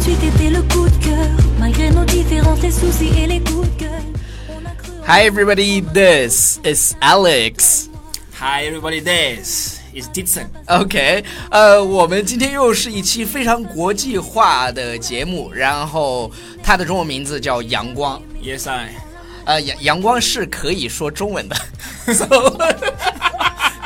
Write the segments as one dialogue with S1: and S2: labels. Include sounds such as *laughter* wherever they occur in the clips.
S1: C'était le coup de cœur, malgré nos différences, les soucis et les coups de gueule. On a cru en-
S2: Hi everybody, this is Alex.
S3: Hi, everybody. This is Ditson.
S2: OK，呃，我们今天又是一期非常国际化的节目，然后它的中文名字叫阳光。
S3: Yes, I.
S2: 呃，阳阳光是可以说中文的 *laughs* ，so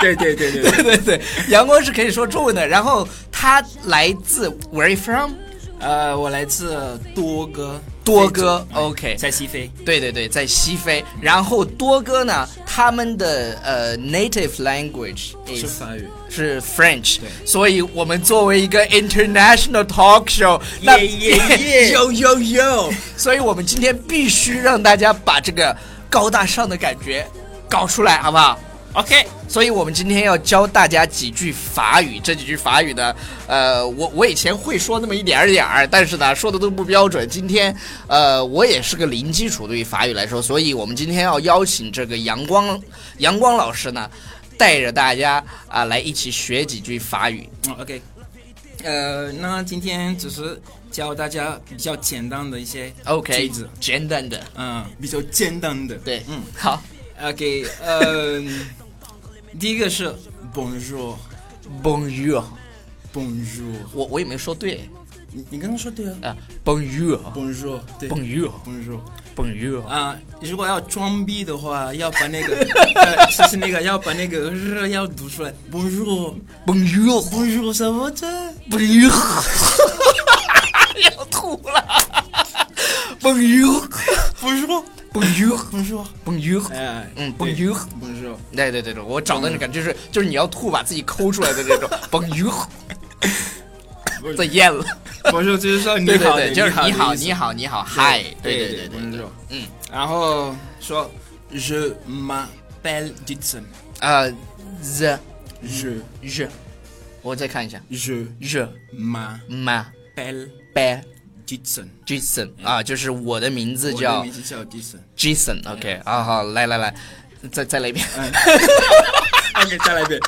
S3: 对对对对
S2: 对对对，阳光是可以说中文的。然后它来自 Where are you from？
S3: *laughs* 呃，我来自多哥，
S2: 多哥
S3: 非洲
S2: ，OK
S3: 在西非。
S2: 对对对，在西非。然后多哥呢，他们的呃 native language is
S3: 是法语
S2: 是 French，
S3: 对
S2: 所以我们作为一个 international talk show，那
S3: 耶耶
S2: *laughs*
S3: 耶
S2: 有有有，所以我们今天必须让大家把这个高大上的感觉搞出来，好不好？
S3: OK，
S2: 所以我们今天要教大家几句法语，这几句法语呢，呃，我我以前会说那么一点儿点儿，但是呢，说的都不标准。今天，呃，我也是个零基础，对于法语来说，所以我们今天要邀请这个阳光阳光老师呢，带着大家啊、来一起学几句法语。
S3: 嗯 OK。呃，那今天只是教大家比较简单的一些
S2: OK，
S3: 句子，
S2: 简单的，
S3: 嗯，比较简单的。
S2: 对，
S3: 嗯
S2: 嗯，好
S3: ，OK，呃， *laughs* 第一个是 Bonjour，Bonjour，
S2: ，Bonjour，我我也没说对
S3: 你你刚刚说对啊
S2: 啊、b o n j o u r
S3: ，Bonjour，对
S2: b o n j o u r
S3: b o n j o u r
S2: b o n j o u r
S3: 啊、如果要装逼的话，要把那个，呃就是那个要把那个日要读出来。Bonjour，Bonjour，
S2: b o n j o u r
S3: 什么的？
S2: 蹦鱼， *laughs* 要吐了。蹦鱼，
S3: Bonjour，Bonjour，
S2: 蹦鱼，蹦鱼，
S3: 哎，
S2: 嗯
S3: 对
S2: Bonjour
S3: ，Bonjour，
S2: 对对对对，我找的那感觉就是就是你要吐把自己抠出来的那 *laughs* 种蹦鱼，再咽了。
S3: Bonjour，就是说你
S2: 对对
S3: 好，
S2: 对，就是你好，
S3: 的意思
S2: 你好，你好，嗨，对
S3: 对
S2: 对对对，
S3: ，Bonjour，
S2: 嗯，
S3: 然后说 Je m'appelle Jason，Je
S2: 呃，the 日，我再看一下
S3: Je
S2: 日
S3: m'appelle
S2: my bad
S3: Jason，
S2: Jason 啊，就是我的名字
S3: 我
S2: 叫
S3: 的名字叫 Jason。
S2: Jason，OK 啊，好，来来来，再再来一遍 *laughs*
S3: OK，再来一遍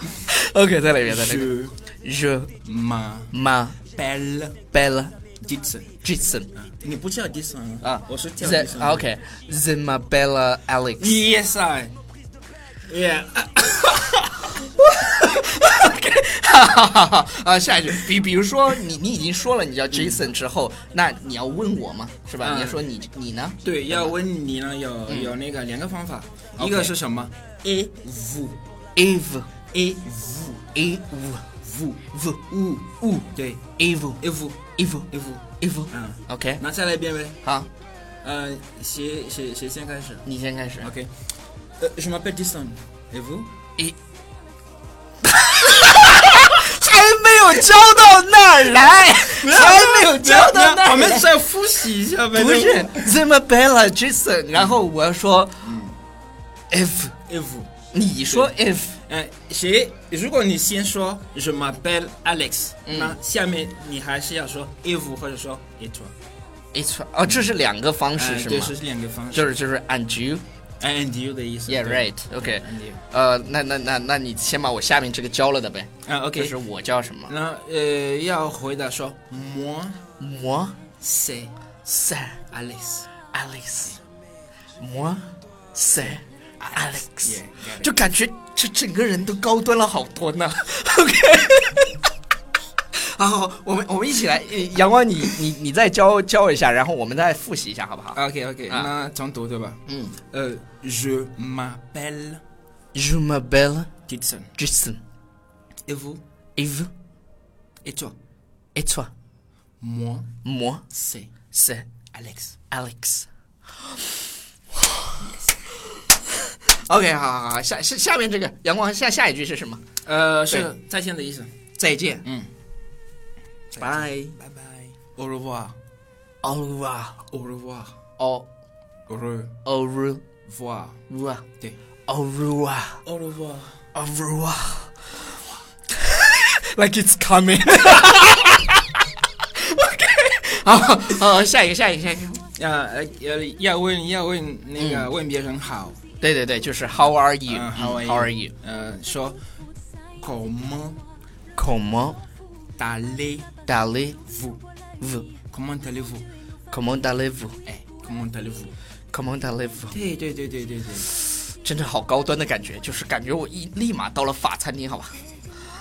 S2: ，OK，再来一遍，再来一遍。
S3: ，Je
S2: Je
S3: m'appelle
S2: m'appelle
S3: Jason。
S2: Jason
S3: 你不叫 Jason
S2: 啊，
S3: 我是叫
S2: The-
S3: Jason。
S2: 啊 OK Je m'appelle Alex。
S3: Yes, I. Yeah. 啊
S2: 哈哈哈 *laughs* 啊，下一句，比比如说你你已经说了你叫 Jason 之后，那你要问我吗？是吧？
S3: 嗯
S2: 你要说你你呢？
S3: 对，要问你呢，有、
S2: 嗯
S3: 有那个两个方法，一个是什么？A V
S2: ，Eve
S3: A V
S2: Eve V V
S3: U U 对
S2: Eve
S3: A V
S2: Eve
S3: A V，
S2: Eve
S3: 嗯，
S2: OK，
S3: 那再来一遍呗。
S2: 好，
S3: 呃，谁谁谁先开始
S2: 你先开始。
S3: ？OK，呃，je m'appelle Jason。Et vous？
S2: 一，还没有教到那儿来，还没有教到那儿来。
S3: 我们再复习一下呗。
S2: 不是 z i m a b e l l a Jason，然后我要说、if
S3: ，Et vous？
S2: 你说 if
S3: 哎，谁？如果你先说 “Je m'appelle Alex”，、那下面你还是要说 “et vous” 或者说 “et toi”。Euh,
S2: it's 哦，这是两个方式、
S3: 哎
S2: 是
S3: 对，
S2: 吗？
S3: 这是两个方式。
S2: 就是就是 and you
S3: and you 的意思。
S2: yeah
S3: 对
S2: right OK，
S3: And you
S2: 呃，那那那那你先把我下面这个教了的呗，
S3: 啊，OK。
S2: 就是我叫什么？
S3: 然后呃，要回答说 “moi
S2: 我
S3: c'est
S2: s
S3: Alex”。
S2: Alex，我 s Alex，
S3: Yeah, got it
S2: 就感觉这整个人都高端了好多呢。OK，好好，我们我们一起来，呃阳光你你你再教教一下，然后我们再复习一下，好不好
S3: Ah, OK OK，、
S2: 啊
S3: 那重读对吧？
S2: 嗯
S3: 呃，Je Euh, m'appelle
S2: ，Je m'appelle
S3: Jason。
S2: Jason
S3: Et vous?
S2: Yves
S3: Et toi?
S2: et toi
S3: Moi
S2: moi
S3: c'est
S2: c'est
S3: Alex。
S2: Alex。OK，好好好，下下下面这个阳光下下一句是什么？
S3: 呃，是再见的意思。
S2: 再见，
S3: 嗯，
S2: 拜，
S3: 拜拜。Au revoir。
S2: au revoir。
S3: Au revoir。
S2: 哦
S3: Au revoir。
S2: ，au revoir，
S3: 对。
S2: au revoir，au
S3: Au revoir。
S2: revoir。Like it's *laughs* coming 。好，好，下一个，下一个，下一个。
S3: 要呃要要问要问那个问别人好，
S2: 对对对，就是 How are you？嗯
S3: 嗯 How are you？
S2: How are you？
S3: 呃，说 comment
S2: Comment
S3: allez
S2: allez
S3: vous
S2: vous
S3: Comment allez-vous
S2: Comment allez-vous？
S3: 哎，Comment allez-vous？
S2: Comment allez-vous？
S3: 对对对对对对，
S2: 真的好高端的感觉，就是感觉我一立马到了法餐厅，好吧？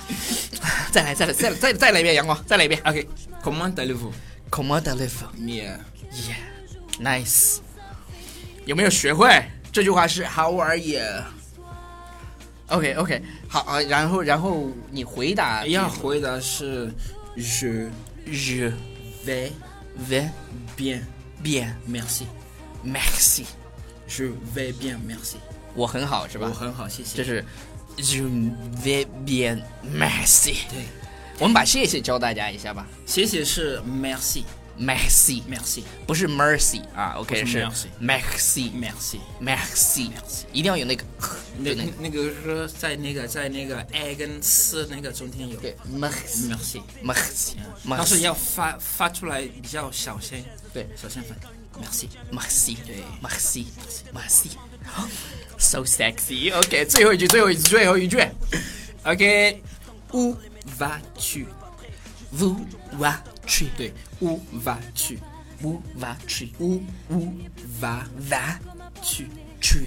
S2: *laughs* 再来，再来，再来再再来一遍，阳光，再来一遍。
S3: OK，comment allez-vous？
S2: Comment allez-vous？Yeah，nice。
S3: 你
S2: 有没有学会？这句话是 How are you？OK OK，好啊，然后然后你回答
S3: 要回答是 Je
S2: je
S3: vais
S2: vais
S3: bien
S2: bien
S3: merci。
S2: merci，
S3: Je vais bien merci。
S2: 我很好是吧
S3: 我？很好，谢谢。
S2: 这是 je vais bien merci。
S3: 对，
S2: 我们把谢谢教大家一下吧
S3: 谢谢是 merci
S2: ，merci
S3: merci
S2: 不是 mercy 啊，OK
S3: 不是
S2: 是
S3: mercy
S2: merci merci，
S3: merci。
S2: 一定要有那个
S3: 那
S2: 对那个
S3: 那个说在那个在那个 a 跟 s 那个中间有
S2: 对 merci。
S3: merci，
S2: Merci，
S3: 但是
S2: merci，
S3: 要发发出来比较小声，
S2: 对
S3: 小声发 merci。
S2: merci，
S3: 对
S2: merci，merci。So sexy. OK，最后一句，最后一句，最后一句。
S3: OK，où vas-tu？
S2: Vous va tu，
S3: 对，où vas-tu？
S2: ，Vous va tu，
S3: où où vas-tu？
S2: va tu，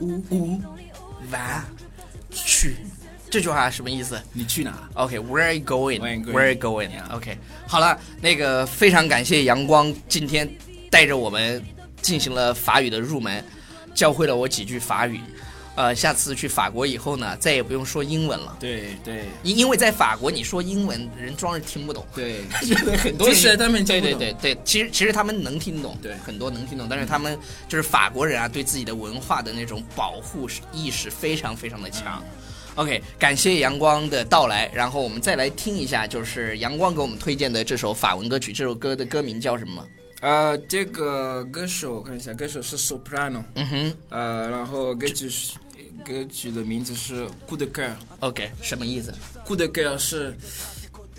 S3: où
S2: Vous va tu。这句话什么意思
S3: 你去哪？
S2: ？OK，Where、are you going?
S3: Where are you going?
S2: Where are you going?
S3: Yeah.
S2: OK，好了，那个非常感谢阳光今天带着我们进行了法语的入门，教会了我几句法语。呃，下次去法国以后呢，再也不用说英文了。
S3: 对对
S2: 因因为在法国，你说英文人装是听不懂，
S3: *laughs* 对，
S2: 很多人
S3: 其实他们
S2: 对
S3: 听不
S2: 对
S3: 懂
S2: 对对，其实其实他们能听懂，
S3: 对
S2: 很多能听懂，但是他们就是法国人啊，对自己的文化的那种保护意识非常非常的强。OK，感谢阳光的到来，然后我们再来听一下，就是阳光给我们推荐的这首法文歌曲，这首歌的歌名叫什么？
S3: 呃，这个歌手我看一下，歌手是 soprano，
S2: 嗯哼
S3: 呃，然后歌曲是歌曲的名字是《Good Girl》，
S2: ，OK，什么意思？
S3: 《Good Girl》是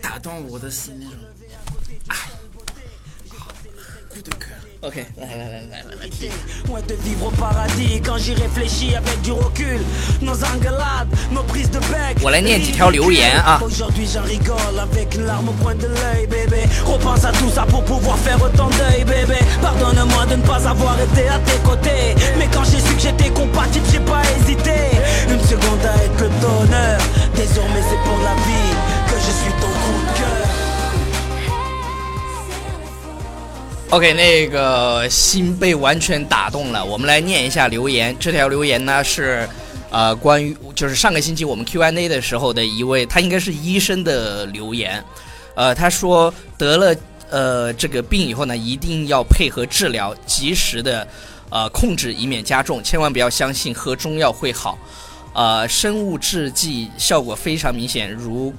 S3: 打动我的心那种。哎，Good Girl，
S2: OK，来来来来来来听。
S4: Loin de vivre au paradis quand j'y réfléchis avec du recul. Nos engueulades, nos prises de bec.
S2: 我来念几条留言啊
S4: Aujourd'hui j'en rigole avec une larme au coin de l'œil, bébé. Repense à tout ça pour pouvoir faire autant d'œil, bébé. Pardonne-moi de ne pas avoir été à tes côtés. Mais quand j'ai su que j'étais compatible, j'ai pas hésité. Une seconde à être le donneur. Désormais c'est pour la vie que je suis ton coup de cœur.
S2: OK，那个心被完全打动了。我们来念一下留言。这条留言呢是，呃，关于就是上个星期我们 Q&A 的时候的一位，他应该是医生的留言。呃，他说得了呃这个病以后呢，一定要配合治疗，及时的呃控制，以免加重。千万不要相信喝中药会好。呃，生物制剂效果非常明显，如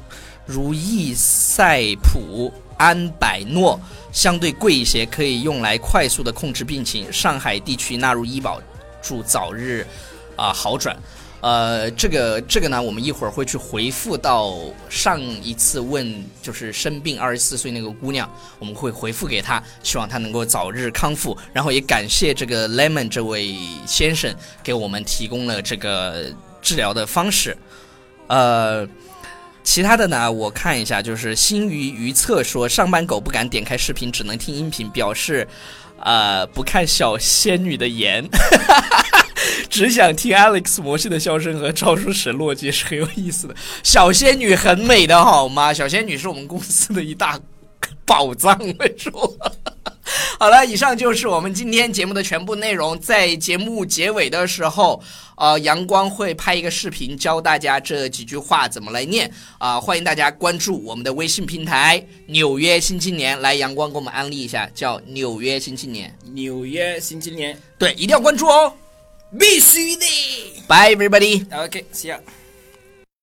S2: 如易赛普、安百诺，相对贵一些，可以用来快速的控制病情。上海地区纳入医保，祝早日啊、好转。呃，这个这个呢，我们一会儿会去回复到上一次问就是生病二十四岁那个姑娘，我们会回复给她，希望她能够早日康复。然后也感谢这个 Lemon 这位先生给我们提供了这个治疗的方式。呃，其他的呢，我看一下，就是新鱼鱼测说上班狗不敢点开视频，只能听音频，表示，呃，不看小仙女的颜，只想听 Alex 模式的笑声和赵书史落寂是很有意思的。小仙女很美的好吗？小仙女是我们公司的一大宝藏，我说。 *laughs* 好了，以上就是我们今天节目的全部内容。在节目结尾的时候，呃，阳光会拍一个视频教大家这几句话怎么来念啊、欢迎大家关注我们的微信平台《纽约新青年》，来阳光给我们安利一下，叫《纽约新青年》。
S3: 纽约新青年
S2: 对，一定要关注哦。
S3: 必须的。
S2: Bye everybody。
S3: OK，see、y a